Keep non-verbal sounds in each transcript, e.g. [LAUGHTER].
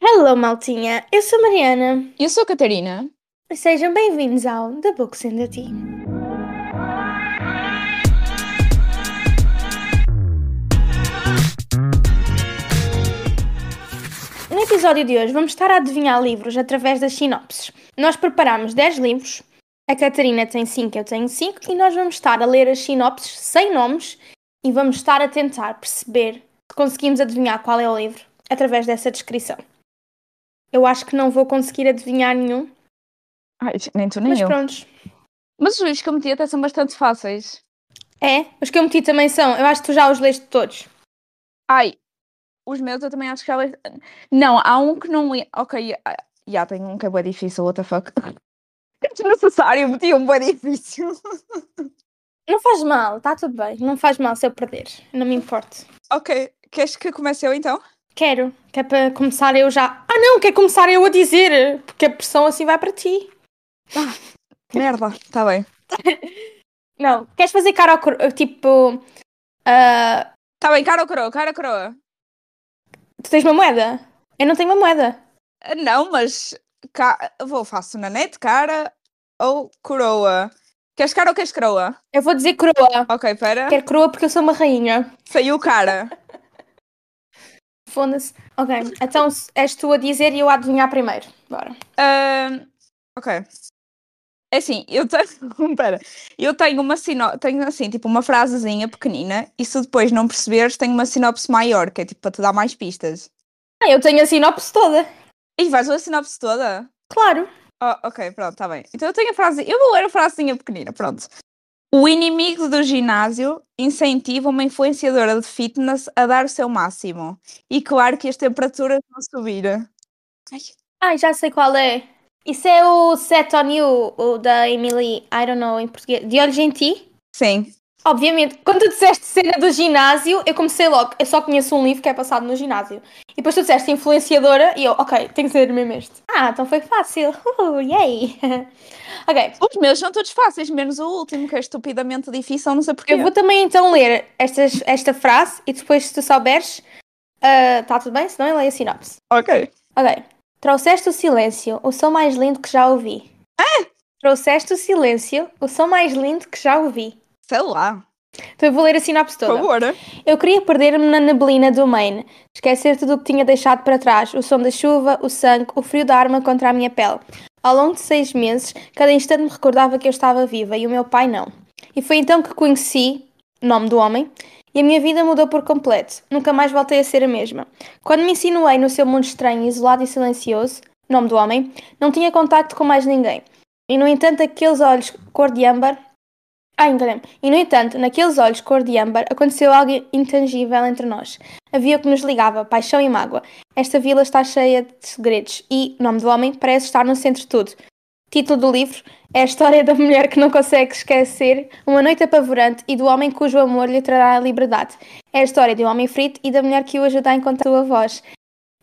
Hello, maltinha. Eu sou Mariana. Eu sou a Catarina. Sejam bem-vindos ao The Books and the Tea. No episódio de hoje vamos estar a adivinhar livros através das sinopses. Nós preparamos 10 livros, a Catarina tem 5, eu tenho 5 e nós vamos estar a ler as sinopses sem nomes e vamos estar a tentar perceber se conseguimos adivinhar qual é o livro através dessa descrição. Eu acho que não vou conseguir adivinhar nenhum, Ai, nem tu nem mas eu. prontos. Mas os livros que eu meti até são bastante fáceis. É, os que eu meti também são. Eu acho que tu já os leste todos. Ai, os meus eu também acho que já li. Não, há um que não li. Ok, ah, já tem um que é bem difícil, what the fuck. [LAUGHS] É desnecessário, meti um bem difícil. Não faz mal, está tudo bem. Não faz mal se eu perder. Não me importo. [LAUGHS] Ok, queres que comece eu então? Quero, que é para começar eu já. Ah não, quer começar eu a dizer, porque a pressão assim vai para ti. Merda, tá bem. Não, queres fazer cara ao cor- tipo. ah, Tá bem, cara ou coroa, cara ou coroa. tu tens uma moeda? Eu não tenho uma moeda. Ah, Não, mas ca... vou, faço na net, cara ou coroa. Queres cara ou queres coroa? Eu vou dizer coroa. Ok, pera. Quero coroa porque eu sou uma rainha. Saiu cara. Foda-se. Ok, então se- és tu a dizer e eu a adivinhar primeiro. Bora. Ahn, ok. É assim, eu [LAUGHS] tenho. Pera. Eu tenho uma sinopse. Tenho assim, tipo, uma frasezinha pequenina. E se depois não perceberes, tenho uma sinopse maior, que é tipo para te dar mais pistas. Ah, eu tenho a sinopse toda. E vais ler a sinopse toda? Claro. Oh, ok, pronto, tá bem. Então eu tenho a frase. Eu vou ler a frasezinha pequenina, pronto. O inimigo do ginásio incentiva uma influenciadora de fitness a dar o seu máximo. E claro que as temperaturas vão subir. Ai, Ai, já sei qual é. Isso é o Set on You, o da Emily, I don't know em português. De olhos em ti? sim. Obviamente, quando tu disseste cena do ginásio, eu comecei logo. Eu só conheço um livro que é passado no ginásio. E depois tu disseste influenciadora e eu, ok, tem que ser mesmo este. Ah, então foi fácil. [LAUGHS] Uh, yay! [LAUGHS] ok, Os meus são todos fáceis, menos o último, que é estupidamente difícil, não sei porquê. eu vou também então ler estas, esta frase e depois, se tu souberes, está tudo bem? Se não, eu leio a sinopse. Ok. Ok. Trouxeste o silêncio, o som mais lindo que já ouvi. Trouxeste o silêncio, o som mais lindo que já ouvi. Sei lá. Então eu vou ler a sinopse Por toda. favor. né? Eu queria perder-me na neblina do Maine, esquecer tudo o que tinha deixado para trás, o som da chuva, o sangue, o frio da arma contra a minha pele. Ao longo de seis meses, cada instante me recordava que eu estava viva e o meu pai não. E foi então que conheci, nome do homem, e a minha vida mudou por completo. Nunca mais voltei a ser a mesma. Quando me insinuei no seu mundo estranho, isolado e silencioso, nome do homem, não tinha contacto com mais ninguém. E no entanto, aqueles olhos cor de âmbar ah, enganei-me. E no entanto, naqueles olhos cor de âmbar, aconteceu algo intangível entre nós. Havia o que nos ligava, paixão e mágoa. Esta vila está cheia de segredos e, nome do homem, parece estar no centro de tudo. Título do livro é a história da mulher que não consegue esquecer uma noite apavorante e do homem cujo amor lhe trará a liberdade. É a história de um homem frito e da mulher que o ajuda a encontrar a sua voz.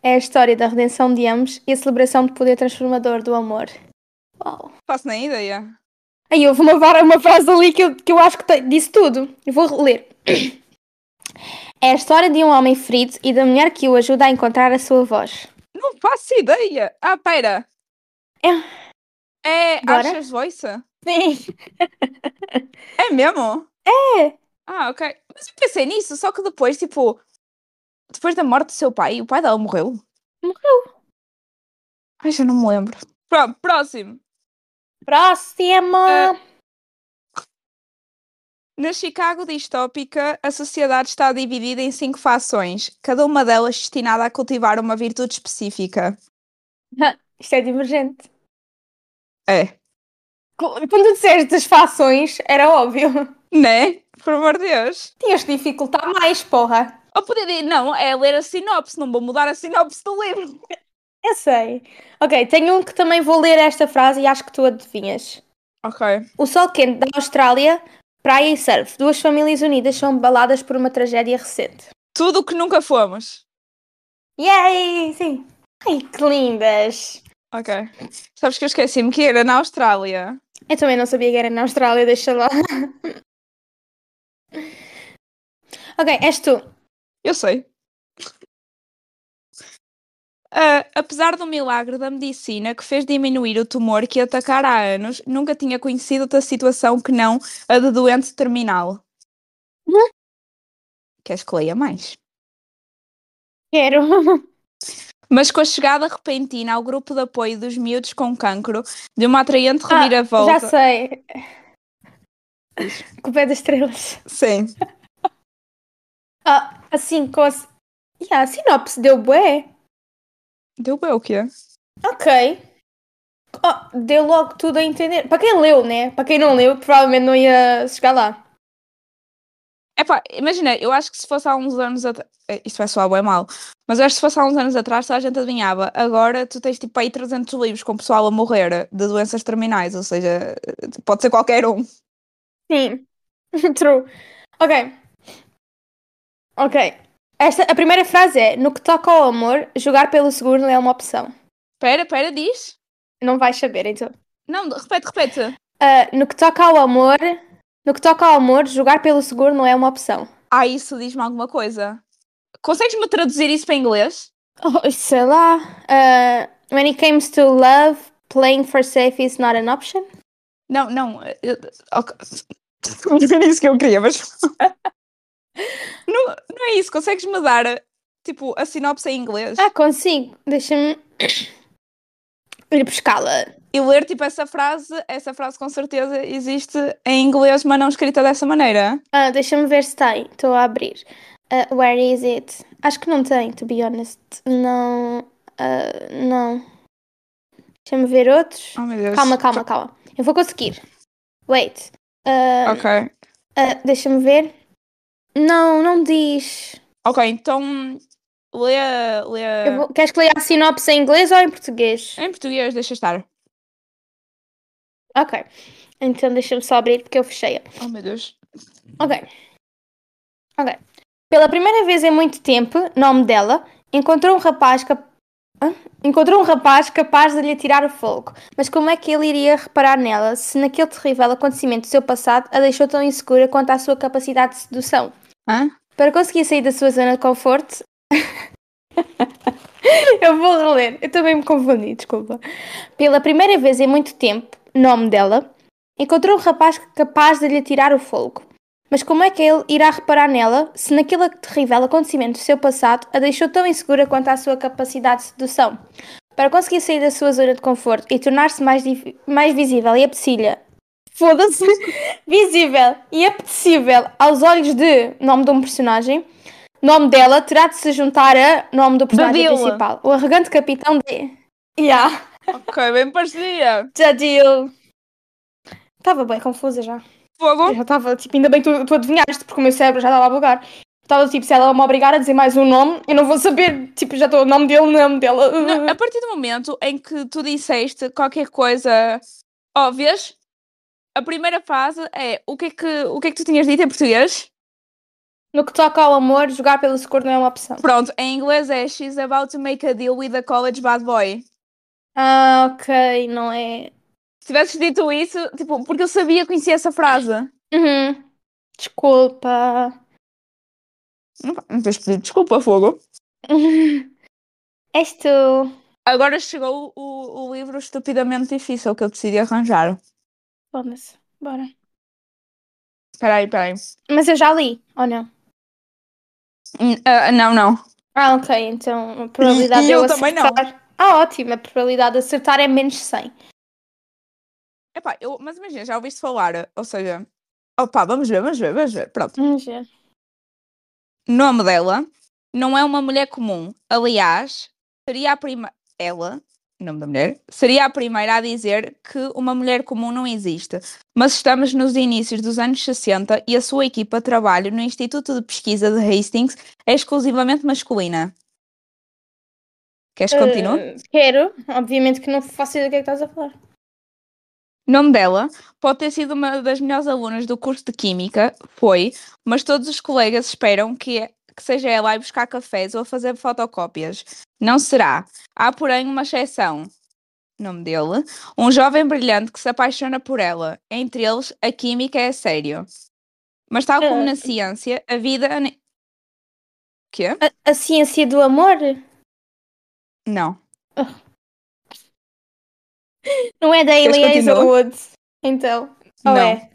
É a história da redenção de ambos e a celebração do poder transformador do amor. Uau! Faço nem ideia. Aí houve uma, vara- uma frase ali que eu, que eu acho que tem- disse tudo. Eu vou ler. [CLEARS THROAT] É a história de um homem ferido e da mulher que o ajuda a encontrar a sua voz. Não faço ideia. Ah, pera. É. Bora? Achas voice? Sim. É mesmo? É. Ah, ok. Mas eu pensei nisso, só que depois, tipo. Depois da morte do seu pai, o pai dela morreu? Morreu. Ai, já não me lembro. Pronto, próximo. Próxima. Na Chicago distópica, a sociedade está dividida em cinco fações, cada uma delas destinada a cultivar uma virtude específica. Isto é divergente. É. Quando tu disseste as fações, era óbvio. Né? Por amor de Deus. [LAUGHS] Tinhas de dificultar mais, porra. Ou poder dizer, não, é ler a sinopse, não vou mudar a sinopse do livro. Eu sei. Ok, tenho um que também vou ler esta frase e acho que tu adivinhas. Ok. O sol quente da Austrália, praia e surf. Duas famílias unidas são abaladas por uma tragédia recente. Tudo o que nunca fomos. Yay! Sim. Ai, que lindas! Ok. Sabes que eu esqueci-me que era na Austrália. Eu também não sabia que era na Austrália, deixa lá. ok, és tu. Eu sei. Ah, apesar do milagre da medicina que fez diminuir o tumor que atacara há anos, nunca tinha conhecido outra situação que não a de doente terminal. Hum? Queres que leia mais? Quero. Mas com a chegada repentina ao grupo de apoio dos miúdos com cancro, de uma atraente Ah, reviravolta. Já sei. Com o pé das estrelas. Sim. Ah, assim, com a... s- Yeah, a sinopse deu bué. Deu bem o quê? Ok. Oh, deu logo tudo a entender. Para quem leu, né? Para quem não leu, provavelmente não ia chegar lá. Epá, imagina, eu acho que se fosse há uns anos atrás. Isto vai soar bem mal. Mas eu acho que se fosse há uns anos atrás, toda a gente adivinhava. Agora tu tens tipo aí 300 livros com pessoal a morrer de doenças terminais, ou seja, pode ser qualquer um. Sim. [LAUGHS] True. Ok. Ok. Esta, a primeira frase é: No que toca ao amor, jogar pelo seguro não é uma opção. Pera, pera, diz. Não vais saber, então. Não, repete, repete. Ah, no que toca ao amor, no que toca ao amor, jogar pelo seguro não é uma opção. Ah, isso diz-me alguma coisa. Consegues-me traduzir isso para inglês? Oh, sei lá. Ah, when it comes to love, playing for safe is not an option. Não, não. eu- ok. Não era isso que eu queria, [LAUGHS] mas. não, não é isso. Consegues-me dar, tipo, a sinopse em inglês? Ah, consigo. Deixa-me [COUGHS] ir buscá-la. e ler tipo essa frase, essa frase com certeza existe em inglês, mas não escrita dessa maneira. Ah, deixa-me ver se tem. Estou a abrir. Ah, where is it? Acho que não tem, to be honest. Não. ah, não. Deixa-me ver outros. Oh meu Deus. Calma, calma, calma. Eu vou conseguir. Wait. Ah, Ok. Ah, Deixa-me ver. Não, não diz. Ok, então lê, lê Eu vou- Queres que leia a sinopse em inglês ou em português? em português, deixa estar. Ok. Então deixa-me só abrir porque eu fechei. Oh meu Deus. Ok. Ok. Pela primeira vez em muito tempo, nome dela, encontrou um rapaz cap... Hã? Encontrou um rapaz capaz de lhe tirar o fogo. Mas como é que ele iria reparar nela se naquele terrível acontecimento do seu passado a deixou tão insegura quanto à sua capacidade de sedução? Hã? Para conseguir sair da sua zona de conforto. [LAUGHS] eu vou reler, eu também me confundi, desculpa. Pela primeira vez em muito tempo, nome dela, encontrou um rapaz capaz de lhe tirar o fogo. Mas como é que ele irá reparar nela se naquele terrível acontecimento do seu passado a deixou tão insegura quanto à sua capacidade de sedução? Para conseguir sair da sua zona de conforto e tornar-se mais, div- mais visível e apetecível. Foda-se! [LAUGHS] visível e apetecível aos olhos de nome de um personagem, nome dela terá de se juntar a nome do personagem Dadila. principal. O arrogante capitão de. [LAUGHS] Yeah, Ok, bem parecia. Jadil. Estava bem confusa já. Eu Fogo. já estava, tipo, ainda bem que tu, tu adivinhaste, porque o meu cérebro já estava a bugar. Estava tipo, se ela me obrigar a dizer mais um nome, eu não vou saber, tipo, já estou o nome dele, o nome dela. Não, a partir do momento em que tu disseste qualquer coisa óbvias, a primeira frase é o que é que, o que, é que tu tinhas dito em português? No que toca ao amor, jogar pelo seguro não é uma opção. Pronto, em inglês é She's about to make a deal with a college bad boy. Ah, ok, não é. Se tivesses dito isso, tipo, porque eu sabia, conhecia essa frase. Uhum. Desculpa. Não, fa- não tens pedido desculpa, Fogo. És tu. Agora chegou o, o livro estupidamente difícil que eu decidi arranjar. Foda-se. Bora. Espera aí, espera aí. Mas eu já li, ou não? Hum, ah, não, não. Ah, ok, [LAUGHS] então a probabilidade E- e de eu eu também não. acertar. Ah, ótimo, a probabilidade de acertar é menos 100. Epá, eu, mas imagina, já ouviste falar, ou seja... Opa, vamos ver, vamos ver, vamos ver. Pronto. Vamos ver. Nome dela não é uma mulher comum. Aliás, seria a primeira... Ela, nome da mulher, seria a primeira a dizer que uma mulher comum não existe. Mas estamos nos inícios dos anos 60 e a sua equipa de trabalho no Instituto de Pesquisa de Hastings é exclusivamente masculina. Queres que continue? Eh, quero, obviamente que não faço ideia do que é que estás a falar. nome dela pode ter sido uma das melhores alunas do curso de Química, foi, mas todos os colegas esperam que, que seja ela a ir buscar cafés ou a fazer fotocópias. Não será. Há, porém, uma exceção. Nome dele. Um jovem brilhante que se apaixona por ela. Entre eles, a química é a sério. Mas, tal como Ah. na ciência, a vida. ne- Quê? A ciência do amor? Não. Não é da Queres Hayley continuar? Hazelwood. Então. Ou não. é?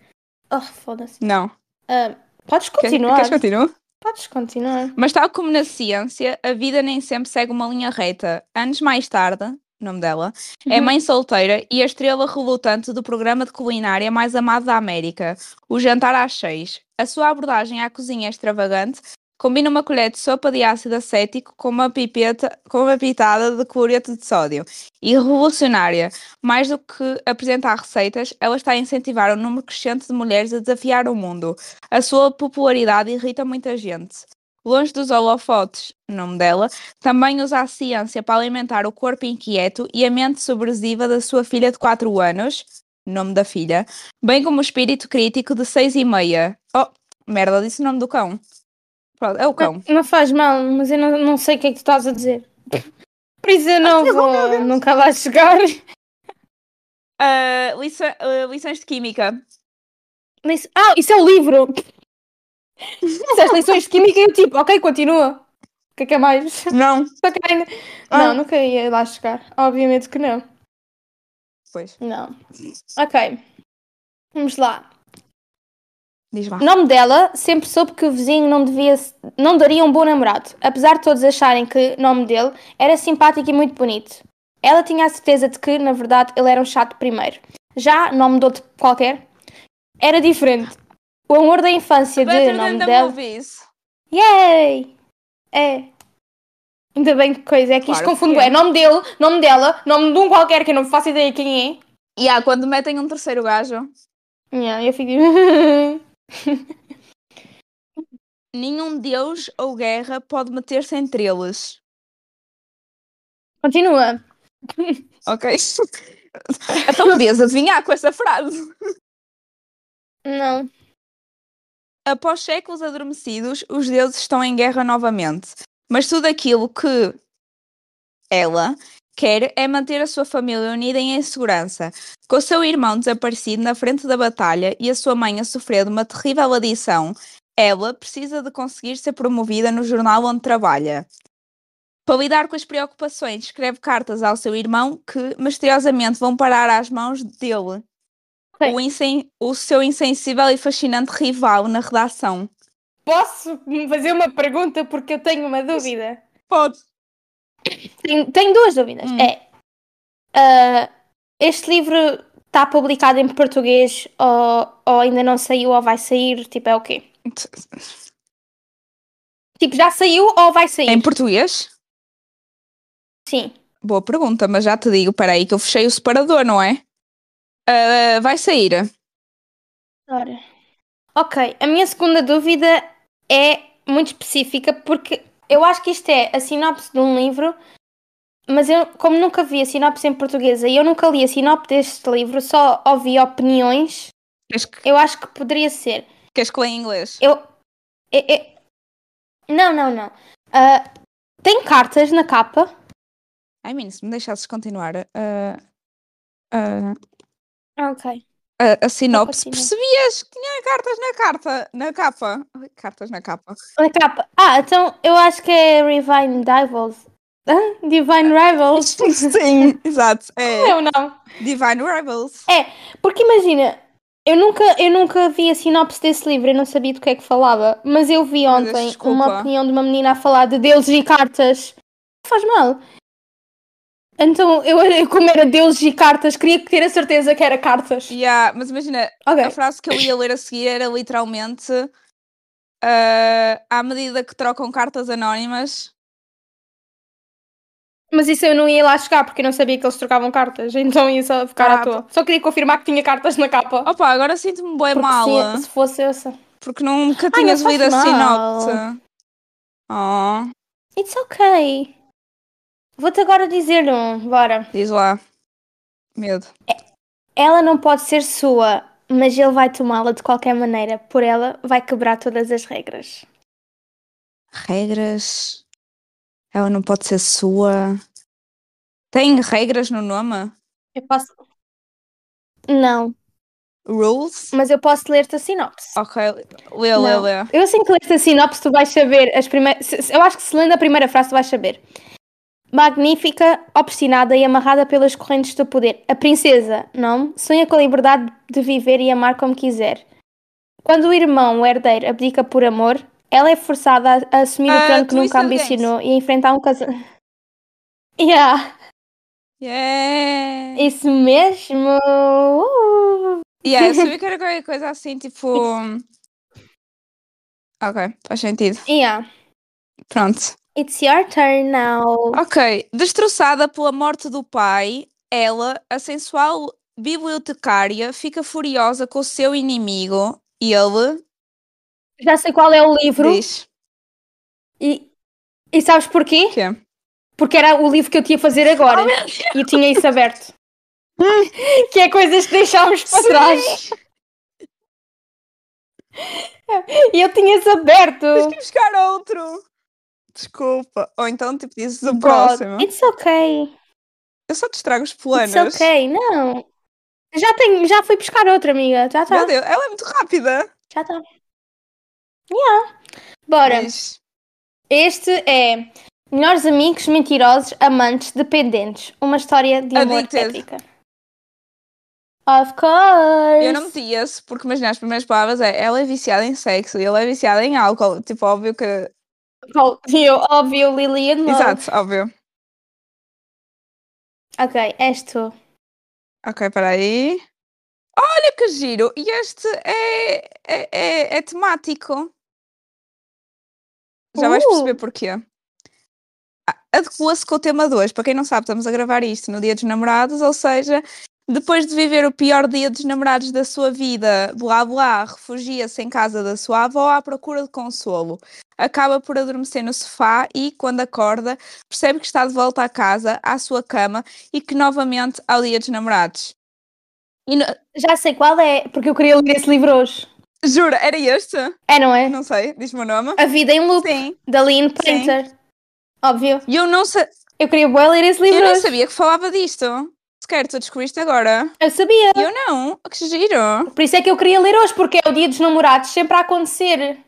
Oh, foda-se. Não. Ah, podes Quer- continuar. Queres continuar? Podes continuar. Mas tal como na ciência, a vida nem sempre segue uma linha reta. Anos mais tarde, o nome dela, é mãe solteira e a estrela relutante do programa de culinária mais amado da América, o Jantar às Seis. A sua abordagem à cozinha extravagante combina uma colher de sopa de ácido acético com uma, pipeta, com uma pitada de cloreto de sódio. E revolucionária, mais do que apresentar receitas, ela está a incentivar um número crescente de mulheres a desafiar o mundo. A sua popularidade irrita muita gente. Longe dos holofotes, nome dela, também usa a ciência para alimentar o corpo inquieto e a mente sobresiva da sua filha de 4 anos, nome da filha, bem como o espírito crítico de 6 e meia. Oh, merda, disse o nome do cão. Pronto, é o cão. Não faz mal, mas eu não, não sei o que é que tu estás a dizer. Por isso eu não vou nunca lá chegar. Ah, liça- ah, lições de Química. Lic- Ah, isso é o livro! Disseste lições de química e eu tipo, ok, continua. O que é que é mais? [LAUGHS] Só Não. que ainda... Ah. Não, nunca ia lá chegar. Obviamente que não. Pois, Não. Ok. Vamos lá. diz lá. O nome dela sempre soube que o vizinho não devia não daria um bom namorado, apesar de todos acharem que o nome dele era simpático e muito bonito. Ela tinha a certeza de que, na verdade, ele era um chato primeiro. Já nome de outro qualquer era diferente. O amor da infância de Better nome than the dela. movies. Yay! É. Ainda bem que coisa, é que isto Claro que confunde. é. É nome dele, nome dela, nome de um qualquer que eu não faço ideia quem é. E há quando metem um terceiro gajo, Yeah, eu fico. [LAUGHS] nenhum deus ou guerra pode meter-se entre eles. Continua. Ok. [LAUGHS] então podias adivinhar com esta frase. Não. Após séculos adormecidos, os deuses estão em guerra novamente. Mas tudo aquilo que ela quer é manter a sua família unida em segurança. Com o seu irmão desaparecido na frente da batalha e a sua mãe a sofrer de uma terrível adição, ela precisa de conseguir ser promovida no jornal onde trabalha. Para lidar com as preocupações, escreve cartas ao seu irmão que misteriosamente vão parar às mãos dele, Ok. o, insen- o seu insensível e fascinante rival na redação. Posso fazer uma pergunta porque eu tenho uma dúvida? Pode. Tenho, tenho duas dúvidas. Hum. É. ah, este livro está publicado em português ou, ou ainda não saiu ou vai sair? Tipo, é o quê? Tipo, já saiu ou vai sair? Em português? Sim. Boa pergunta, mas já te digo, peraí, que eu fechei o separador, não é? Ah, vai sair. Ora. Ok, a minha segunda dúvida é muito específica porque eu acho que isto é a sinopse de um livro, mas eu, como nunca vi a sinopse em portuguesa e eu nunca li a sinopse deste livro, só ouvi opiniões, Queres que, eu acho que poderia ser. queres que leia em inglês? Eu. eu- eu- Não, não, não. Ah, tem cartas na capa. Ai, menino, se me deixasses continuar ah, ah, Ok. a, a sinopse, continuar. percebias que tinha cartas na carta, na capa. Ai, Cartas na capa. Na capa. Ah, então eu acho que é Divine Rivals. [LAUGHS] Hã? Divine Rivals. [LAUGHS] Sim, exato. É Eu não. Divine Rivals. Porque imagina, eu nunca, eu nunca vi a sinopse desse livro, eu não sabia do que é que falava, mas eu vi Meu Deus, ontem desculpa. uma opinião de uma menina a falar de deuses e cartas. Não faz mal. Então, eu, eu, como era deuses e cartas, queria ter a certeza que era cartas. Yeah, mas imagina, Ok. a frase que eu ia ler a seguir era literalmente ah, à medida que trocam cartas anónimas. Mas isso eu não ia lá chegar porque eu não sabia que eles trocavam cartas, então ia só ficar Ah, à toa. Só queria confirmar que tinha cartas na capa. Opa, agora sinto-me bem Porque mal. se, se fosse essa. Porque nunca Ai, tinhas não lido a faz mal. sinopse. Oh, It's ok. Vou-te agora dizer um, bora. diz lá. Medo. Ela não pode ser sua, mas ele vai tomá-la de qualquer maneira. Por ela, vai quebrar todas as regras. Regras. Ela não pode ser sua. Tem regras no nome? Eu posso. Não, Rules? mas eu posso ler-te a sinopse. Ok, lê, lê, Não. lê. Eu assim que ler-te a sinopse, tu vais saber as primeiras. se- se- Eu acho que se lendo a primeira frase, tu vais saber. Magnífica, obstinada e amarrada pelas correntes do poder. A princesa, não? Sonha com a liberdade de viver e amar como quiser. Quando o irmão, o herdeiro, abdica por amor, ela é forçada a a assumir Ah, o trono que nunca Twisted ambicionou e a enfrentar um casal. [LAUGHS] Yeah, [LAUGHS] Yeah! isso mesmo! Uh. Yeah, eu sabia que era qualquer coisa assim, [LAUGHS] tipo. Ok, faz sentido. Yeah, Pronto. it's your turn now. Ok. Destroçada pela morte do pai, ela, a sensual bibliotecária, fica furiosa com o seu inimigo. Ele Já sei qual é o livro diz. e, e sabes porquê? Quê? Porque era o livro que eu tinha a fazer agora Oh, e eu tinha isso aberto. [LAUGHS] que é coisas que deixámos para Sim. trás. E eu tinha isso aberto. Tens que buscar outro. Desculpa. Ou então, tipo, dizes o God, próximo. It's okay. Eu só te estrago os planos. It's okay, não. Já tenho, já fui buscar outra, amiga. Já Meu está, Deus, ela é muito rápida. já está. Yeah. Bora. Diz. Este é Melhores amigos, mentirosos, amantes, dependentes. Uma história de amor Addicted. épica. Of course. Eu não meti esse, porque imagina, as primeiras palavras é ela é viciada em sexo e ele é viciado em álcool. Tipo, óbvio que. Bom, eu, óbvio, Lilian. não. Exato, óbvio. Ok, és tu. Ok, peraí. Olha que giro! E este é, é, é, é temático. Já vais Uh. perceber porquê. Ah, Adequa-se com o tema 2. Para quem não sabe, estamos a gravar isto no Dia dos Namorados, ou seja, depois de viver o pior dia dos namorados da sua vida, blá blá, refugia-se em casa da sua avó à procura de consolo. Acaba por adormecer no sofá e, quando acorda, percebe que está de volta à casa, à sua cama e que novamente ao Dia dos Namorados. E no- Já sei qual é, porque eu queria ler esse livro hoje. Jura, era este? É, não é? Não sei, diz-me o nome. A Vida em Loop, Sim. da Lean Sim. Painter. Óbvio. E eu não, sa- Eu queria bué ler esse eu livro não hoje. sabia que falava disto. Sequer tu descobriste agora. Eu sabia. E Eu não. Que giro. Por isso é que eu queria ler hoje, porque é o dia dos namorados sempre a acontecer.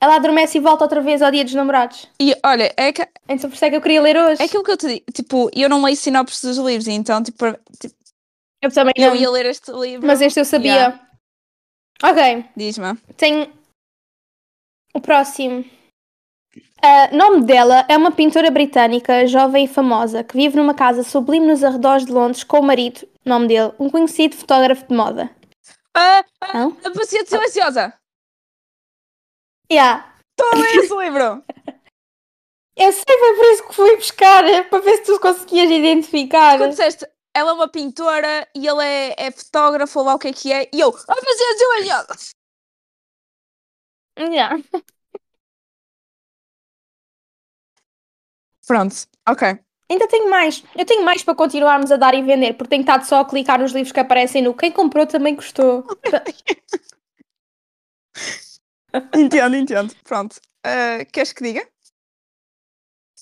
Ela adormece e volta outra vez ao dia dos namorados. E olha, é, que, é Então por isso é que eu queria ler hoje. aquilo que eu te digo. Tipo, eu não leio sinopses dos livros, então tipo, para- tipo, Eu também não. eu ia ler este livro. Mas este eu sabia. Yeah. Ok, Diz-me. tenho o próximo. O nome dela é uma pintora britânica, jovem e famosa, que vive numa casa sublime nos arredores de Londres com o marido, nome dele, um conhecido fotógrafo de moda. Ah, ah, Não? a paciente silenciosa. Yeah. Estou a ler esse livro. Eu sei, foi por isso que fui buscar, eh, para ver se tu conseguias identificar. Quando disseste, ela é uma pintora e ele é, é fotógrafo ou lá o que é que é. E eu, a paciente silenciosa. Yeah. Pronto, ok. Ainda tenho mais. Eu tenho mais para continuarmos a dar e vender, porque tenho estado só a clicar nos livros que aparecem no. Quem comprou também gostou. Entendo, entendo. Pronto. Ah, queres que diga?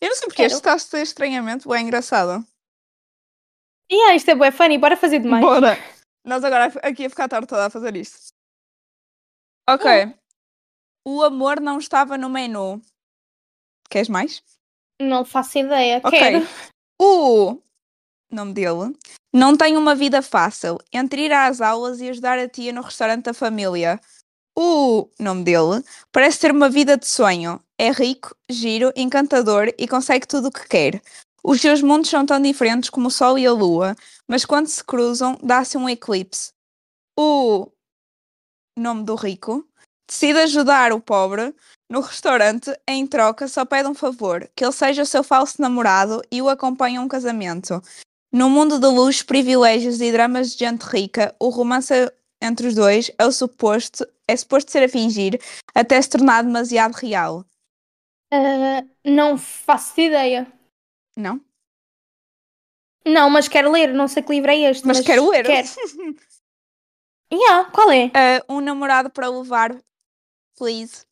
Eu não sei porque este está estranhamente bem engraçado. E yeah, isto é bué funny, bora fazer demais. Bora! Nós agora aqui a ficar tarde toda a fazer isto. Ok. O amor não estava no menu. Queres mais? Não faço ideia. Ok. Quero. O nome dele não tem uma vida fácil entre ir às aulas e ajudar a tia no restaurante da família. O nome dele parece ter uma vida de sonho. É rico, giro, encantador e consegue tudo o que quer. Os seus mundos são tão diferentes como o sol e a lua, mas quando se cruzam, dá-se um eclipse. O nome do rico decide ajudar o pobre no restaurante, em troca, só pede um favor: que ele seja o seu falso namorado e o acompanhe a um casamento. No mundo de luz, privilégios e dramas de gente rica, o romance entre os dois é o suposto, é suposto ser a fingir, até se tornar demasiado real. Ah, não faço ideia. Não? Não, mas quero ler. Não sei que livro é este. Mas quero ler. [LAUGHS] Quero. yeah, qual é? Ah, um namorado para levar, please.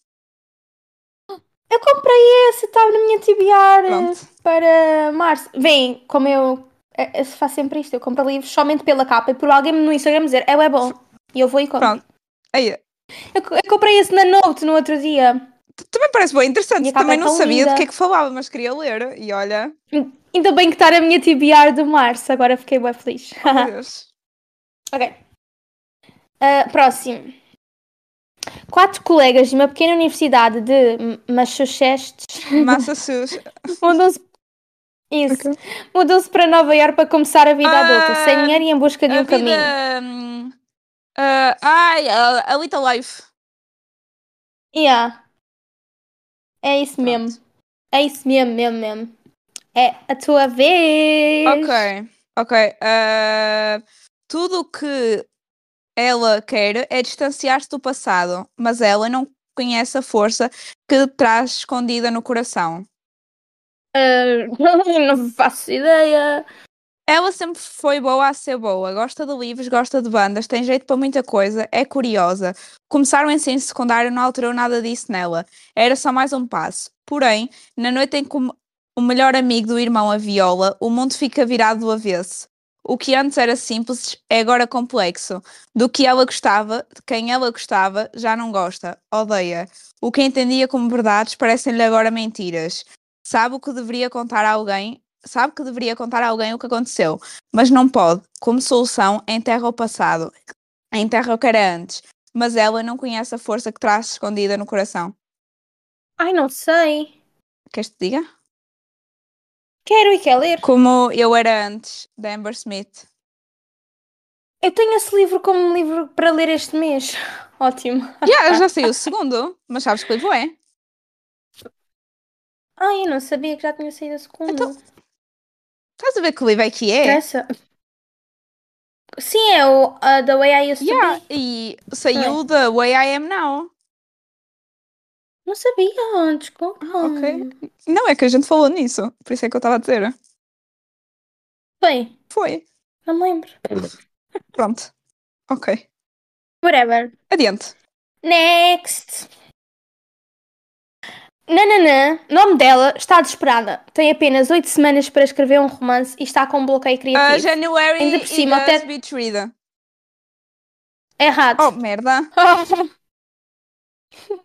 Eu comprei esse, estava na minha TBR eh, Pronto. para março. Vem, como eu, eh, eu faço sempre isto, eu compro livros somente pela capa e por alguém no Instagram dizer, é, é bom. E eu vou e compro. Pronto. Aí, Eu, co- eu comprei esse na Note no outro dia. T- Também parece bem interessante. E a capa Também é não tão sabia do linda. que é que falava, mas queria ler. E olha, Ainda bem que está a minha TBR de março, agora fiquei bem feliz. [LAUGHS] oh, meu Deus. Ok. Ah, próximo. Quatro colegas de uma pequena universidade de M- [LAUGHS] Massachusetts Massachusetts. mudam-se. Isso. Mudam-se para Nova Iorque para começar a vida Ah, adulta, sem dinheiro e em busca de A um caminho. vida, hum, ah, ai, a, a Little Life. Yeah. É isso mesmo. É isso mesmo, mesmo, mesmo. É a tua vez. Ok, ok. ah, tudo o que ela quer é distanciar-se do passado, mas ela não conhece a força que traz escondida no coração. Ah, [LAUGHS] não faço ideia. Ela sempre foi boa a ser boa, gosta de livros, gosta de bandas, tem jeito para muita coisa, é curiosa. Começar o ensino secundário não alterou nada disso nela, era só mais um passo. Porém, na noite em que o m- o melhor amigo do irmão a viola, o mundo fica virado do avesso. O que antes era simples é agora complexo. Do que ela gostava, de quem ela gostava, já não gosta, odeia. O que entendia como verdades parecem-lhe agora mentiras. Sabe o que deveria contar a alguém, sabe que deveria contar a alguém o que aconteceu, mas não pode. Como solução, enterra o passado. Enterra o que era antes. Mas ela não conhece a força que traz escondida no coração. Ai, não sei. Queres que te diga? Quero e quer ler. Como eu era antes, de Amber Smith. Eu tenho esse livro como um livro para ler este mês. [LAUGHS] Ótimo. Yeah, já saiu o segundo, mas sabes que livro é? Ai, eu não sabia que já tinha saído a segunda. Então, Estás a ver que livro é que é? Interessa. Sim, é o ah, The Way I Used Yeah, to Be. e saiu da Way I Am Now. Não sabia, desculpa. Ah, ok. Não, é que a gente falou nisso. Por isso é que eu estava a dizer. Bem, Foi. não me lembro. Pronto. Ok. Whatever. Adiante. Next! Nananã, nome dela, está desesperada. Tem apenas 8 semanas para escrever um romance e está com um bloqueio Ah, criativo. January Ainda por cima, e até- Gus Beach Reader. Errado. Oh, merda. [LAUGHS]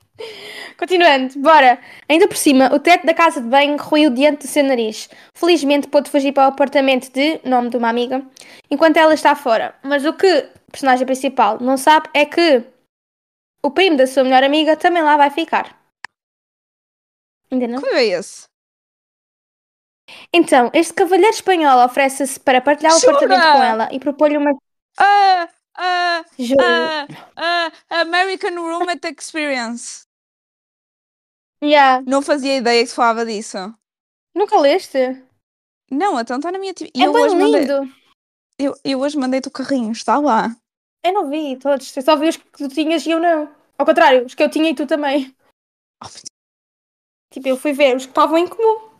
Continuando, bora. Ainda por cima, o teto da casa de banho ruiu diante do seu nariz. Felizmente pôde fugir para o apartamento de, nome de uma amiga, enquanto ela está fora. Mas o que a personagem principal não sabe é que o primo da sua melhor amiga também lá vai ficar. Ainda não? Como é esse? Então, este cavalheiro espanhol oferece-se para partilhar o Jura? apartamento com ela e propõe-lhe uma. Ah, ah, Juro. ah, ah, American Roommate Experience. Yeah. Não fazia ideia que se falava disso. Nunca leste? Não, então está na minha TV. é eu, bem hoje mandei, lindo. eu, eu hoje mandei-te o carrinho, está lá. Eu não vi todos. Eu só vi os que tu tinhas e eu não. Ao contrário, os que eu tinha e tu também. Oh, Tipo, eu fui ver os que estavam em comum.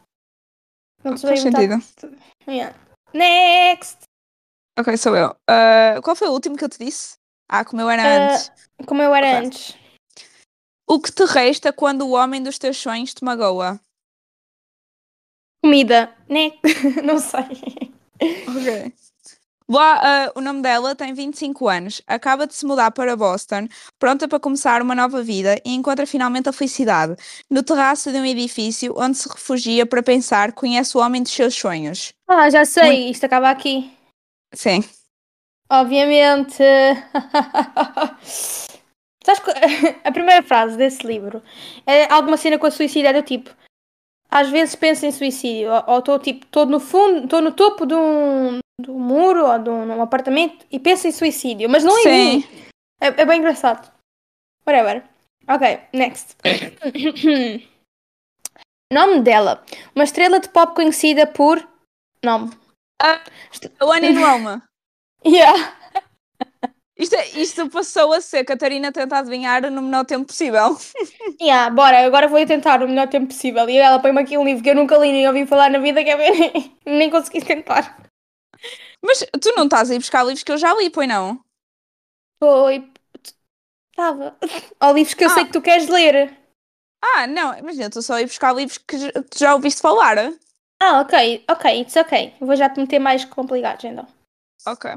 Não te faz dei muita- sentido. Yeah. Next! Ok, sou eu. Ah, qual foi o último que eu te disse? Ah, como eu era Ah. antes. Como eu era Ok. antes. O que te resta quando o homem dos teus sonhos te magoa? Comida. Next. [LAUGHS] não sei. Ok. Lá, ah, o nome dela tem 25 anos, acaba de se mudar para Boston, pronta para começar uma nova vida e encontra finalmente a felicidade. No terraço de um edifício onde se refugia para pensar, conhece o homem dos seus sonhos. Ah, já sei. Isto acaba aqui. Sim. Obviamente. [LAUGHS] Sabes que a primeira frase desse livro é alguma cena com a suicida do tipo. Às vezes penso em suicídio, ou- ou estou tipo, estou no fundo, estou no topo de um, de um muro ou de um, num apartamento e penso em suicídio, mas não em Sim. mim. É, é bem engraçado. Whatever. Ok, next. [COUGHS] Nome dela. Uma estrela de pop conhecida por. Nome. [LAUGHS] É O Ana em Roma. Yeah. Isto, é- isto passou a ser Catarina tenta adivinhar no menor tempo possível. Yeah, bora, agora vou tentar o melhor tempo possível. E ela põe-me aqui um livro que eu nunca li nem ouvi falar na vida, que é bem- [LAUGHS] nem consegui tentar. Mas tu não estás a ir buscar livros que eu já li, pois não? Foi. Estava. Ou livros que eu Ah. sei que tu queres ler. Ah, não, imagina, estou só a ir buscar livros que j- tu já ouviste falar. Ah, ok, ok, it's ok. Vou já te meter mais complicados então. Ok.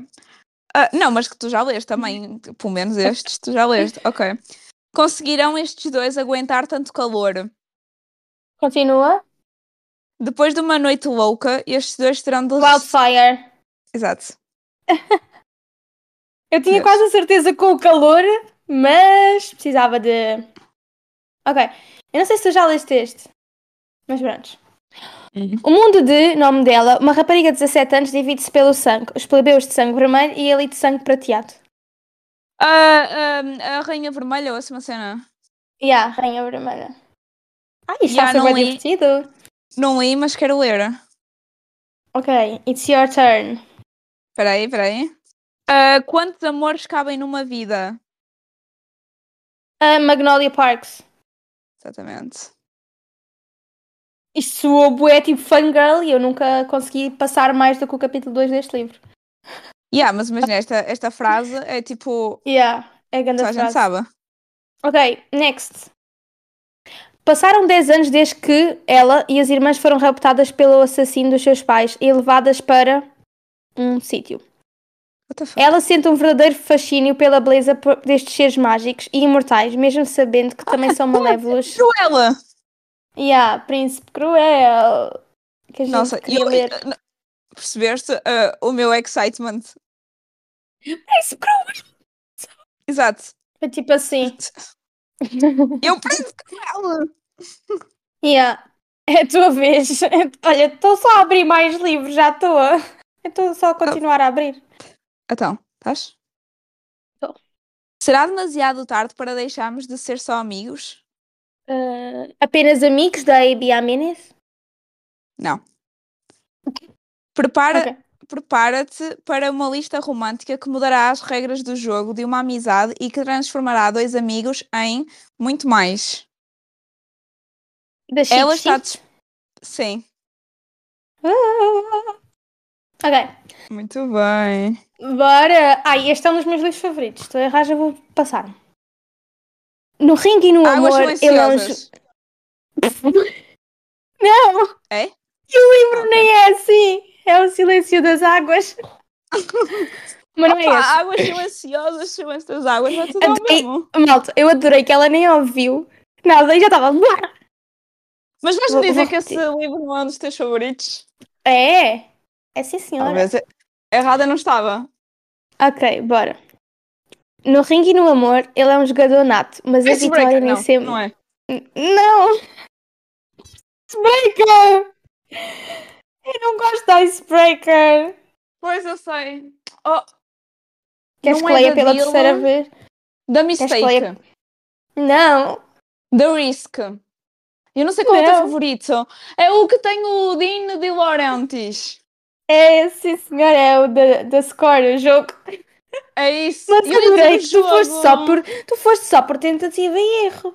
Ah, não, mas que tu já leste também, pelo menos estes tu já leste. Ok. Conseguirão estes dois aguentar tanto calor? Continua. Depois de uma noite louca, estes dois terão de. Wildfire. Exato. Eu tinha Yes. quase a certeza com o calor, mas precisava de. Ok. Eu não sei se tu já leste este. Mas pronto. Uhum. O mundo de, nome dela, uma rapariga de 17 anos divide-se pelo sangue. Os plebeus de sangue vermelho e a elite de sangue prateado. Ah, ah, a Rainha Vermelha, ouça uma cena. E a rainha vermelha. Ai, isto está a Yeah, ser não bem li. divertido. Não li, mas quero ler. Ok, it's your turn. Peraí, peraí. Ah, quantos amores cabem numa vida? A Ah, Magnolia Parks. Exatamente. Isto soou bué tipo fangirl e eu nunca consegui passar mais do que o capítulo 2 deste livro. Yeah, mas imagina, esta, esta frase é tipo. Yeah, é a grande Só a gente frase. sabe. Ok, next. Passaram 10 anos desde que ela e as irmãs foram raptadas pelo assassino dos seus pais e levadas para um sítio. What the fuck? Ela sente um verdadeiro fascínio pela beleza pro- destes seres mágicos e imortais, mesmo sabendo que também [LAUGHS] são malévolos. É Cruella! E há Príncipe Cruel. Que a gente Nossa, queria eu, ler. eu- n- percebeste ah, o meu excitement? Príncipe Cruel! Exato. [LAUGHS] É tipo assim. Eu prendo Cruella! Yeah. É a tua vez. [LAUGHS] Olha, estou só a abrir mais livros, já estou. a- Eu Estou só a continuar a abrir. Então, estás? Tô. Será demasiado tarde para deixarmos de ser só amigos? Ah, apenas amigos da AB Amines? Não. Prepara, Ok. Prepara-te para uma lista romântica que mudará as regras do jogo de uma amizade e que transformará dois amigos em muito mais. Da Chic Ela está. Chic? Dis... Sim. Ah. Ok. Muito bem. Bora. Ai, este é um dos meus livros favoritos. Estou a já vou passar. No Ringue e no Águas Amor, é um eu não. ju- silenciosas. [LAUGHS] Não! É? E o livro Ok. nem é assim! É o silêncio das [LAUGHS] águas. Mas não é Opa, esse. águas silenciosas, silênciosas águas, vai tudo ao Adorei. mesmo. Malta, eu adorei que ela nem ouviu nada e já estava. Mas Vou- vais-me vou dizer que esse repetir. livro não é um dos teus favoritos? É! É sim, senhora. Talvez. Errada não estava. Ok, bora. No ringue e no amor, ele é um jogador nato, mas a vitória Icebreaker, nem não, sempre. não é. Não! Icebreaker! Eu não gosto da Icebreaker! Pois eu sei. Oh, Queres Não que é leia da pela Dylan. terceira vez? The ler Mistake. Não! The Risk. Eu não sei qual é o teu Não. favorito. É o que tem o Dean de Laurentiis. É, sim, senhora, é o da, da Score, o jogo. É isso. Mas Eu ia dizer adorei o que tu foste, jogo. só por, tu foste só por tentativa e erro.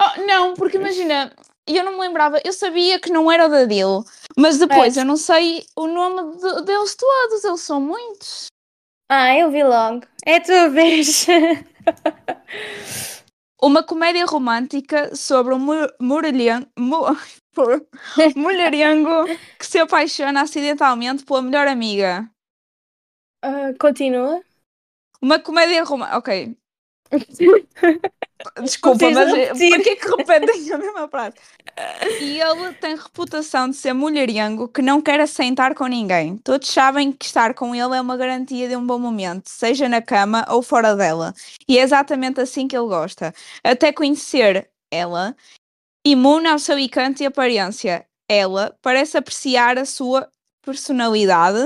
Oh, não, porque imagina, eu não me lembrava. Eu sabia que não era o da Dil. Mas depois É. eu não sei o nome de- deles todos. Eles são muitos. Ah, eu vi logo. É a tua vez. [LAUGHS] Uma comédia romântica sobre um mu- muralhan- mu- [LAUGHS] mulherengo que se apaixona acidentalmente pela melhor amiga. Ah, continua. Uma comédia romântica. Ok. Desculpa, Precisas mas eh, repetir. porquê que repetem [LAUGHS] a mesma frase? E ele tem reputação de ser mulherengo que não quer assentar com ninguém. Todos sabem que estar com ele é uma garantia de um bom momento, seja na cama ou fora dela. E é exatamente assim que ele gosta. Até conhecer ela, imune ao seu encanto e aparência. Ela parece apreciar a sua personalidade,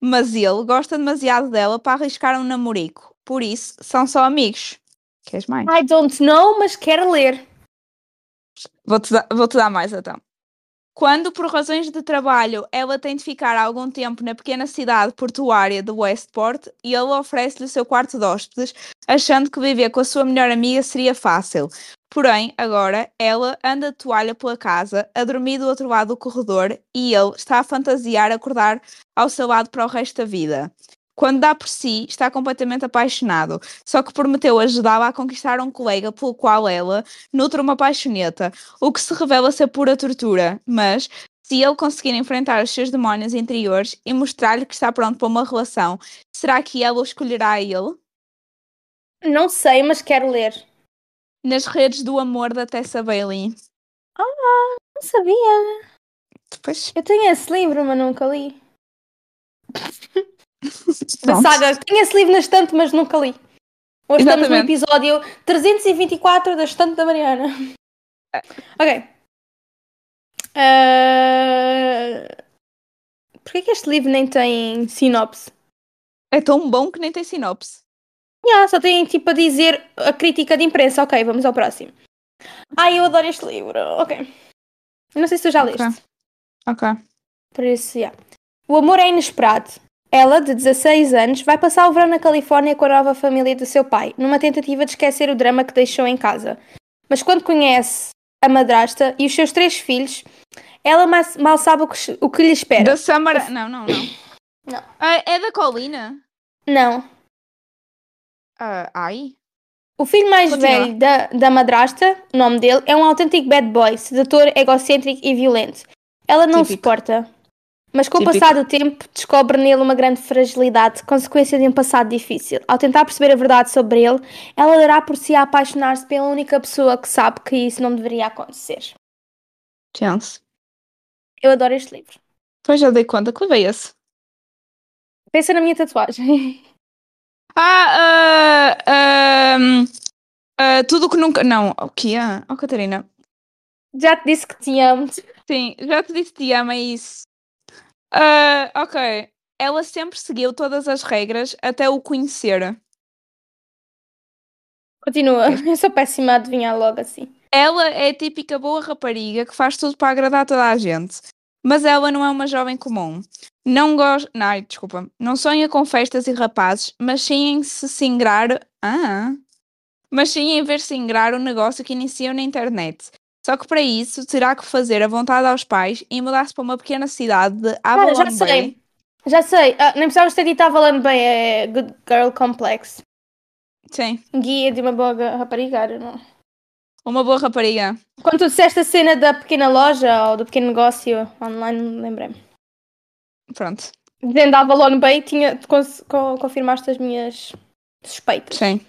mas ele gosta demasiado dela para arriscar um namorico. Por isso, são só amigos. Queres mais? I don't know, mas quero ler. Vou-te dar, vou-te dar mais então. Quando, por razões de trabalho, ela tem de ficar algum tempo na pequena cidade portuária de Westport, e ele oferece-lhe o seu quarto de hóspedes, achando que viver com a sua melhor amiga seria fácil. Porém, agora, ela anda de toalha pela casa, a dormir do outro lado do corredor, e ele está a fantasiar acordar ao seu lado para o resto da vida. Quando dá por si, está completamente apaixonado, só que prometeu ajudá-la a conquistar um colega pelo qual ela nutre uma paixoneta, o que se revela ser pura tortura, mas se ele conseguir enfrentar os seus demónios interiores e mostrar-lhe que está pronto para uma relação, será que ela o escolherá a ele? Não sei, mas quero ler. nas redes do amor da Tessa Bailey. Não sabia. [LAUGHS] Depois. Eu tenho esse livro, mas nunca li. Da Pronto. saga. Tenho esse livro na estante, mas nunca li. Hoje estamos no Exatamente. episódio 324 da estante da Mariana. Ok. Ah, Porquê que este livro nem tem sinopse? É tão bom que nem tem sinopse. Yeah, só tem tipo a dizer a crítica de imprensa. Ok, vamos ao próximo. Ai, eu adoro este livro. Ok. Eu Não sei se tu já leste. Ok. Ok. Por isso, yeah. O amor é inesperado. Ela, de 16 anos, vai passar o verão na Califórnia com a nova família do seu pai, numa tentativa de esquecer o drama que deixou em casa. Mas quando conhece a madrasta e os seus três filhos, ela ma- mal sabe o que, o que lhe espera. Da Summer. Não, não, não. Não. Ah, é da Colina? Não. Ah, ai. O filho mais Continua. velho da, da madrasta, o nome dele, é um autêntico bad boy, sedutor, egocêntrico e violento. Ela não o Típico. suporta. Mas com o Típico. passar do tempo, descobre nele uma grande fragilidade, consequência de um passado difícil. Ao tentar perceber a verdade sobre ele, ela dará por si a apaixonar-se pela única pessoa que sabe que isso não deveria acontecer. Chance. Eu adoro este livro. Pois já dei conta que levei esse. Pensa na minha tatuagem. [LAUGHS] Ah, ah, ahm, ah, tudo que nunca. Não, o que é? Oh, Catarina. Já te disse que te amo. Sim, já te disse que te ama isso. Ah, ok. Ela sempre seguiu todas as regras até o conhecer. Continua. [LAUGHS] Eu sou péssima a adivinhar logo assim. Ela é a típica boa rapariga que faz tudo para agradar toda a gente. Mas ela não é uma jovem comum. Não gosta. Ai, desculpa. Não sonha com festas e rapazes, mas sim em se singrar. Ah! Mas sim em ver singrar o negócio que iniciou na internet. Só que para isso terá que fazer a vontade aos pais e mudar-se para uma pequena cidade de Cara, Avalon já sei. Bay. Já sei. Ah, nem precisavas ter dito Avalon Bay, é Good Girl Complex. Sim, Guia de uma boa ga- rapariga, I don't know. uma boa rapariga. é? Quando tu disseste a cena da pequena loja ou do pequeno negócio online, lembrei-me. Pronto, Dizendo Avalon Bay, tinha, cons- co- confirmaste as minhas suspeitas. sim.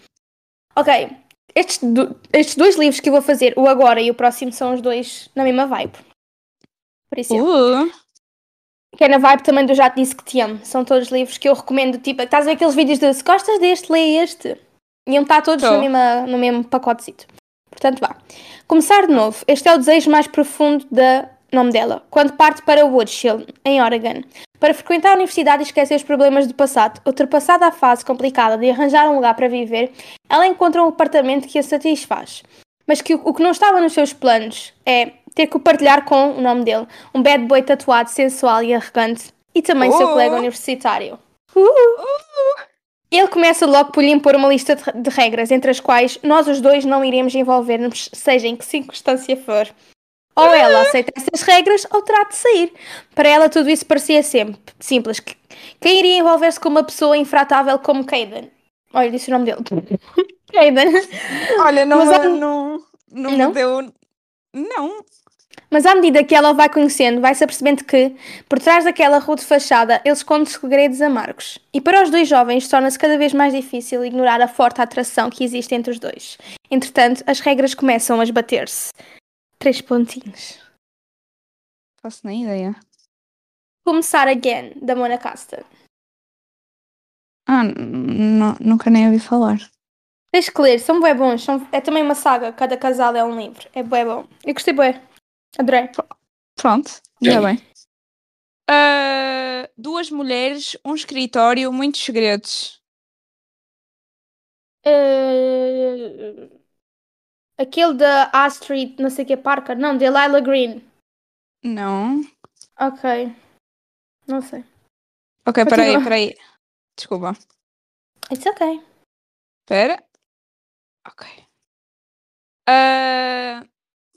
Ok. Estes, do- estes dois livros que eu vou fazer, o agora e o próximo, são os dois na mesma vibe. Por isso, Uh, que é na vibe também do Já Te Disse Que Te Amo. São todos livros que eu recomendo, tipo, estás a ver aqueles vídeos de se gostas deste, lê este. Iam estar todos Tô. no mesmo, no mesmo pacotezito. Portanto, vá. Começar de novo. Este é o desejo mais profundo da nome dela. Quando parte para Woodshill, em Oregon. Para frequentar a universidade e esquecer os problemas do passado, ultrapassada a fase complicada de arranjar um lugar para viver, ela encontra um apartamento que a satisfaz. Mas que o, o que não estava nos seus planos é ter que o partilhar com o nome dele, um bad boy tatuado, sensual e arrogante, e também seu Oh. colega universitário. Uh. Ele começa logo por lhe impor uma lista de, de regras, entre as quais nós os dois não iremos envolver-nos, seja em que circunstância for. Ou ela aceita essas regras ou terá de sair. Para ela tudo isso parecia sempre simples. Que- Quem iria envolver-se com uma pessoa infratável como Caden? Olha, disse o nome dele. Caden. olha, não, Mas me- olha- não, é um- não, me Não? deu. Não, Mas à medida que ela o vai conhecendo, vai-se apercebendo que, por trás daquela rude fachada, ele esconde segredos amargos. E para os dois jovens, torna-se cada vez mais difícil ignorar a forte atração que existe entre os dois. Entretanto, as regras começam a esbater-se. Três pontinhos. faço nem ideia. Começar Again, da Mona Casta. Ah, n- n- nunca nem ouvi falar. Tens que ler, são bué bons. São... É também uma saga, cada casal é um livro. É bué bom. Eu gostei bué. Adorei. Pronto, ainda bem. Ah, duas mulheres, um escritório, muitos segredos. Eh, Aquele da Astrid, não sei o que, Parker. Não, de Lila Green. Não. Ok. Não sei. Ok, peraí, Continua. peraí. Desculpa. It's ok. Espera. Ok. Ah,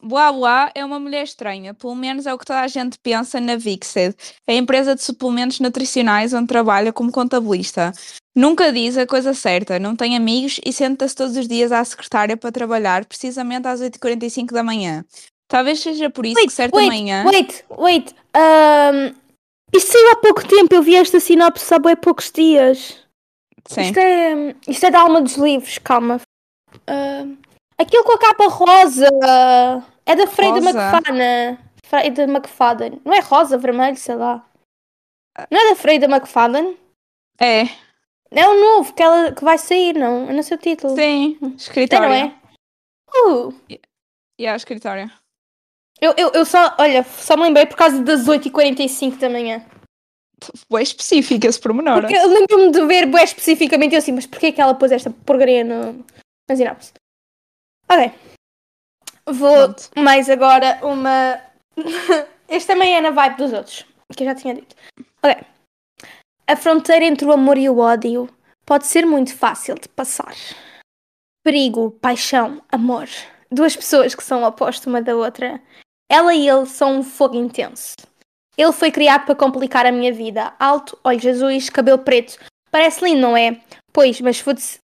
Blá Blá é uma mulher estranha, pelo menos é o que toda a gente pensa na Vixed, É a empresa de suplementos nutricionais onde trabalha como contabilista. Nunca diz a coisa certa, não tem amigos e senta-se todos os dias à secretária para trabalhar, precisamente às 8h45 da manhã. Talvez seja por isso que certa wait, manhã. Wait, wait. Um, isto saiu há pouco tempo. Eu vi esta sinopse há bem poucos dias. Sim. Isto é, isto é da alma dos livros. Calma. Um, Aquilo com a capa rosa é da Freida Rosa? McFadden. Freida McFadden. Não é rosa, vermelho, sei lá. Não é da Freida McFadden? É, É o novo que, ela, que vai sair, não? Eu não sei o título. sim. Então Escritório. não é? Uh, Yeah, escritório. eu, eu, eu só, olha, só me lembrei por causa das 8h45 da manhã. Foi específico esse pormenor. Porque eu lembro-me de ver bué especificamente eu assim, mas porquê que ela pôs esta porcaria no. Mas iramos. Ok. Vou Pronto. mais agora uma. [LAUGHS] este também é na vibe dos outros, que eu já tinha dito. Ok. A fronteira entre o amor e o ódio pode ser muito fácil de passar. Perigo, paixão, amor. Duas pessoas que são opostas uma da outra. Ela e ele são um fogo intenso. Ele foi criado para complicar a minha vida. Alto, olhos azuis, cabelo preto. Parece lindo, não é? Pois, mas foda-se.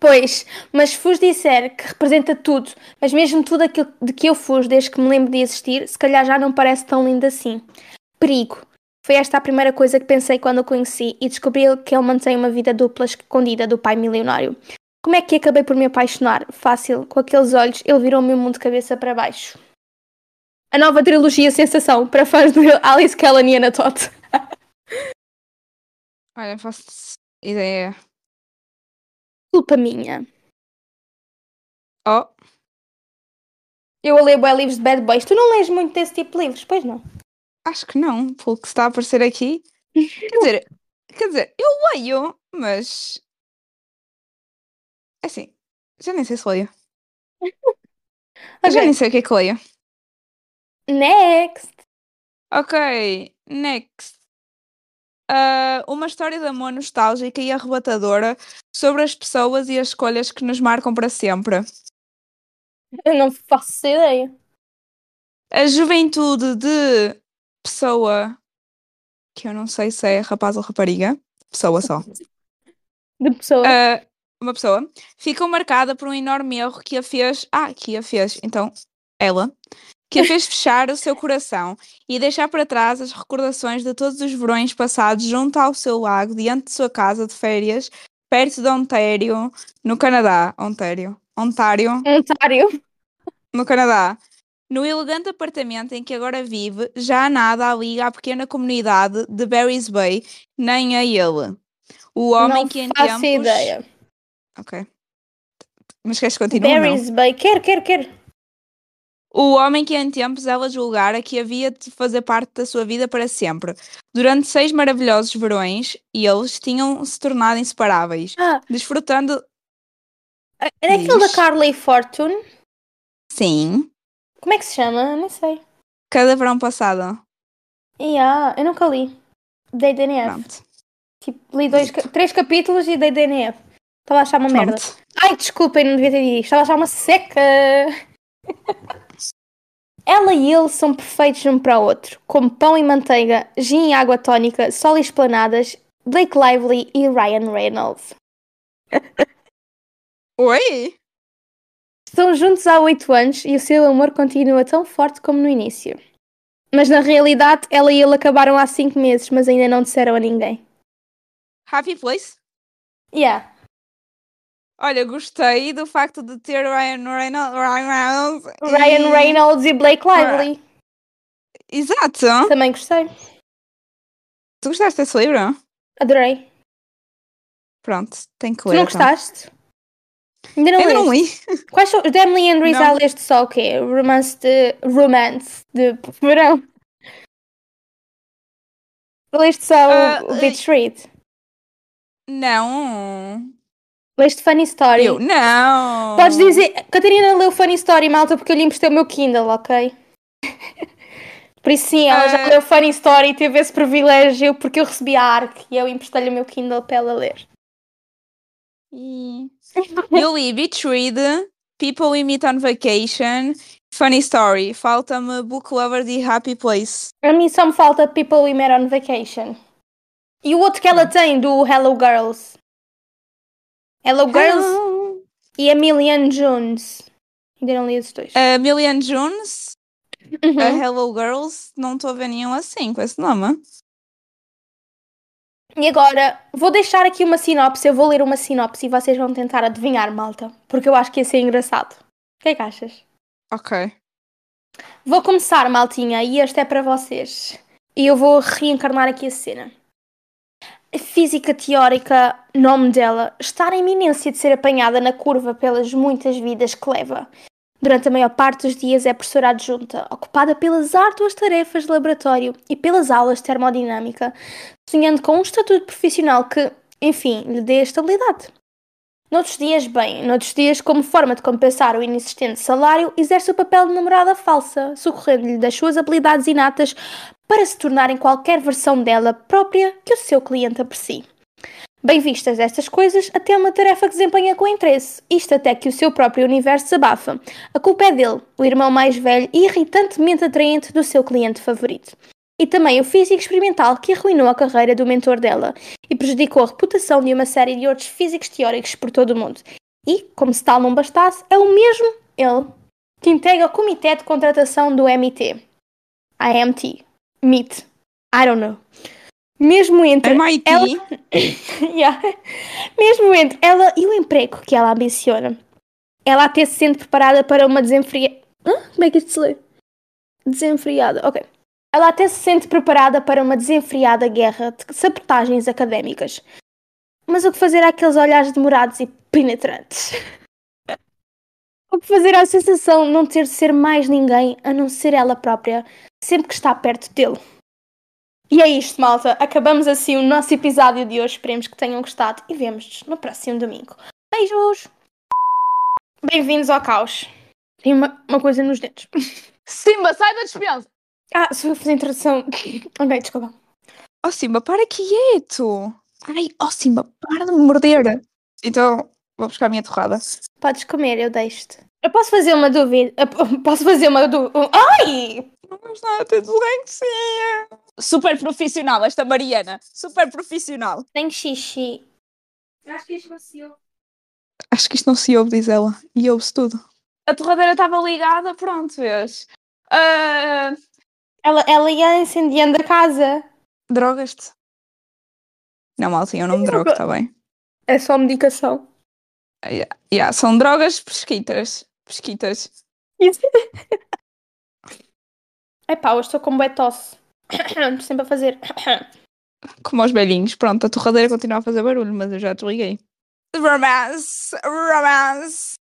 Pois, mas vos disser que representa tudo, mas mesmo tudo aquilo de que eu fujo desde que me lembro de existir, se calhar já não parece tão lindo assim. Perigo. Foi esta a primeira coisa que pensei quando o conheci e descobri que ele mantém uma vida dupla escondida do pai milionário. Como é que acabei por me apaixonar? Fácil, com aqueles olhos, ele virou o meu mundo de cabeça para baixo. A nova trilogia Sensação, para fãs de Alice Kellan e Anna Todd. Olha, não faço ideia. Culpa minha. Oh, Eu a leio bué livros de bad boys. Tu não lês muito desse tipo de livros, pois não? acho que não, pelo que está a aparecer aqui. Quer dizer, quer dizer, eu leio, mas. É assim, já nem sei se leio. Eu já Ok. nem sei o que é que leio. Next! Ok, next. Ah, uma história de amor nostálgica e arrebatadora sobre as pessoas e as escolhas que nos marcam para sempre. Eu não faço ideia. A juventude de pessoa que eu não sei se é rapaz ou rapariga, pessoa só. De pessoa. Ah, uma pessoa ficou marcada por um enorme erro que a fez. Ah, que a fez. Então, ela. Que [LAUGHS] a fez fechar o seu coração e deixar para trás as recordações de todos os verões passados junto ao seu lago, diante de sua casa de férias, perto de Ontário, no Canadá. Ontário. Ontário, É um Ontário. no Canadá. No elegante apartamento em que agora vive, já nada a liga à pequena comunidade de Barry's Bay, nem a ele. O homem não que em faço tempos- ideia. Ok. Mas queres que continue? ou não? Barry's Bay. Quero, quero, quero. O homem que em tempos ela julgara que havia de fazer parte da sua vida para sempre. Durante seis maravilhosos verões, e eles tinham se tornado inseparáveis, Ah, desfrutando. era aquele É da Diz. Carly Fortune. Sim. Como é que se chama? Eu Nem sei. Cada verão passado. Yeah, eu nunca li. Dei DNF. Pronto. Tipo, li dois, ca- três capítulos e dei DNF. Estava a achar uma merda. Pronto. Ai, desculpem, não devia ter dito isto. Estava a achar uma seca. [LAUGHS] Ela e ele são perfeitos um para o outro, como pão e manteiga, gin e água tónica, sol e esplanadas, Blake Lively e Ryan Reynolds. Oi? Estão juntos há oito anos e o seu amor continua tão forte como no início. Mas na realidade, ela e ele acabaram há cinco meses, mas ainda não disseram a ninguém. Happy Place? Yeah. Olha, gostei do facto de ter Ryan Reynolds. Ryan Reynolds. e- Ah. Ryan Reynolds e Blake Lively. Exato. Também gostei. Tu gostaste desse livro? Adorei. Pronto, tenho que Tu ler. não então. gostaste? Ainda não Ainda não leste? li. Quais são os Emily and Rita Não. leste só o quê? Romance de. Romance de verão. Leste só Ah, o, o Beach Read. Não. Leste Funny Story. Eu não. Podes dizer. Catarina leu Funny Story, malta, porque eu lhe emprestei o meu Kindle, ok? [LAUGHS] Por isso sim, ela já Ah. leu Funny Story e teve esse privilégio porque eu recebi a arte e eu emprestei-lhe o meu Kindle para ela ler. [LAUGHS] Ih. Eu li Betrayed, People We Meet on Vacation, Funny Story. Falta-me Book Lover de Happy Place. A mim só me falta People We Met on Vacation. E o outro que ela tem do Hello Girls. Hello Girls Hello. e a Million Jones. Ainda não li esses dois. A Uh, Million Uh, Junes, é, Uhum. a Hello Girls. Não estou a ver nenhum assim com esse nome. E agora, vou deixar aqui uma sinopse, eu vou ler uma sinopse e vocês vão tentar adivinhar, malta, porque eu acho que ia ser engraçado. O que é que achas? Ok. Vou começar, maltinha, e este é para vocês. E eu vou reencarnar aqui a cena. A física teórica, nome dela, está na iminência de ser apanhada na curva pelas muitas vidas que leva. Durante a maior parte dos dias é professora adjunta, ocupada pelas árduas tarefas de laboratório e pelas aulas de termodinâmica, sonhando com um estatuto profissional que, enfim, lhe dê estabilidade. Noutros dias, bem, noutros dias, como forma de compensar o inexistente salário, exerce o papel de namorada falsa, socorrendo-lhe das suas habilidades inatas para se tornar em qualquer versão dela própria que o seu cliente aprecie. Bem vistas estas coisas, até é uma tarefa que desempenha com interesse, isto até que o seu próprio universo desabafa. A culpa é dele, o irmão mais velho e irritantemente atraente do seu cliente favorito. E também o físico experimental que arruinou a carreira do mentor dela e prejudicou a reputação de uma série de outros físicos teóricos por todo o mundo. E, como se tal não bastasse, é o mesmo ele que integra o comitê de contratação do MIT. IMT. MIT. I don't know. Mesmo entre MIT. Ela- [LAUGHS] Yeah. Mesmo entre ela e o emprego que ela ambiciona. Ela até se sente preparada para uma desenfria... Hã? Como é que isto se lê? Desenfreada, ok. Ela até se sente preparada para uma desenfreada guerra de sabotagens académicas. Mas o que fazer àqueles olhares demorados e penetrantes? [LAUGHS] o que fazer à sensação de não ter de ser mais ninguém a não ser ela própria, sempre que está perto dele? E é isto, malta. Acabamos assim o nosso episódio de hoje. Esperemos que tenham gostado e vemos-nos no próximo domingo. Beijos! Bem-vindos ao caos. Tem uma, uma coisa nos dentes. Simba, sai da despensa! Ah, sou eu a fazer a introdução. [COUGHS] ok, desculpa. Oh, Simba, para quieto! Ai, oh, Simba, para de me morder! Então, vou buscar a minha torrada. Podes comer, eu deixo-te. Eu posso fazer uma dúvida. eu po- [LAUGHS] Posso fazer uma dúvida. Ai! Não vamos nada, tem tudo bem que sim! é. Super profissional, esta Mariana. Super profissional. Tenho xixi. Acho que isto vaciou. Acho que isto não se ouve, diz ela. E ouve-se tudo. A torradeira estava ligada, pronto, vês. Ah, Ela, ela ia incendiando a casa. Drogas-te. Não, maltinha, eu não me drogo, está bem? É só medicação. Yeah, são drogas pesquitas. Pesquitas. Epá, hoje estou com bué tosse. [COUGHS] Sempre a fazer. [COUGHS] Como aos velhinhos. Pronto, a torradeira continua a fazer barulho, mas eu já desliguei. Romance! Romance!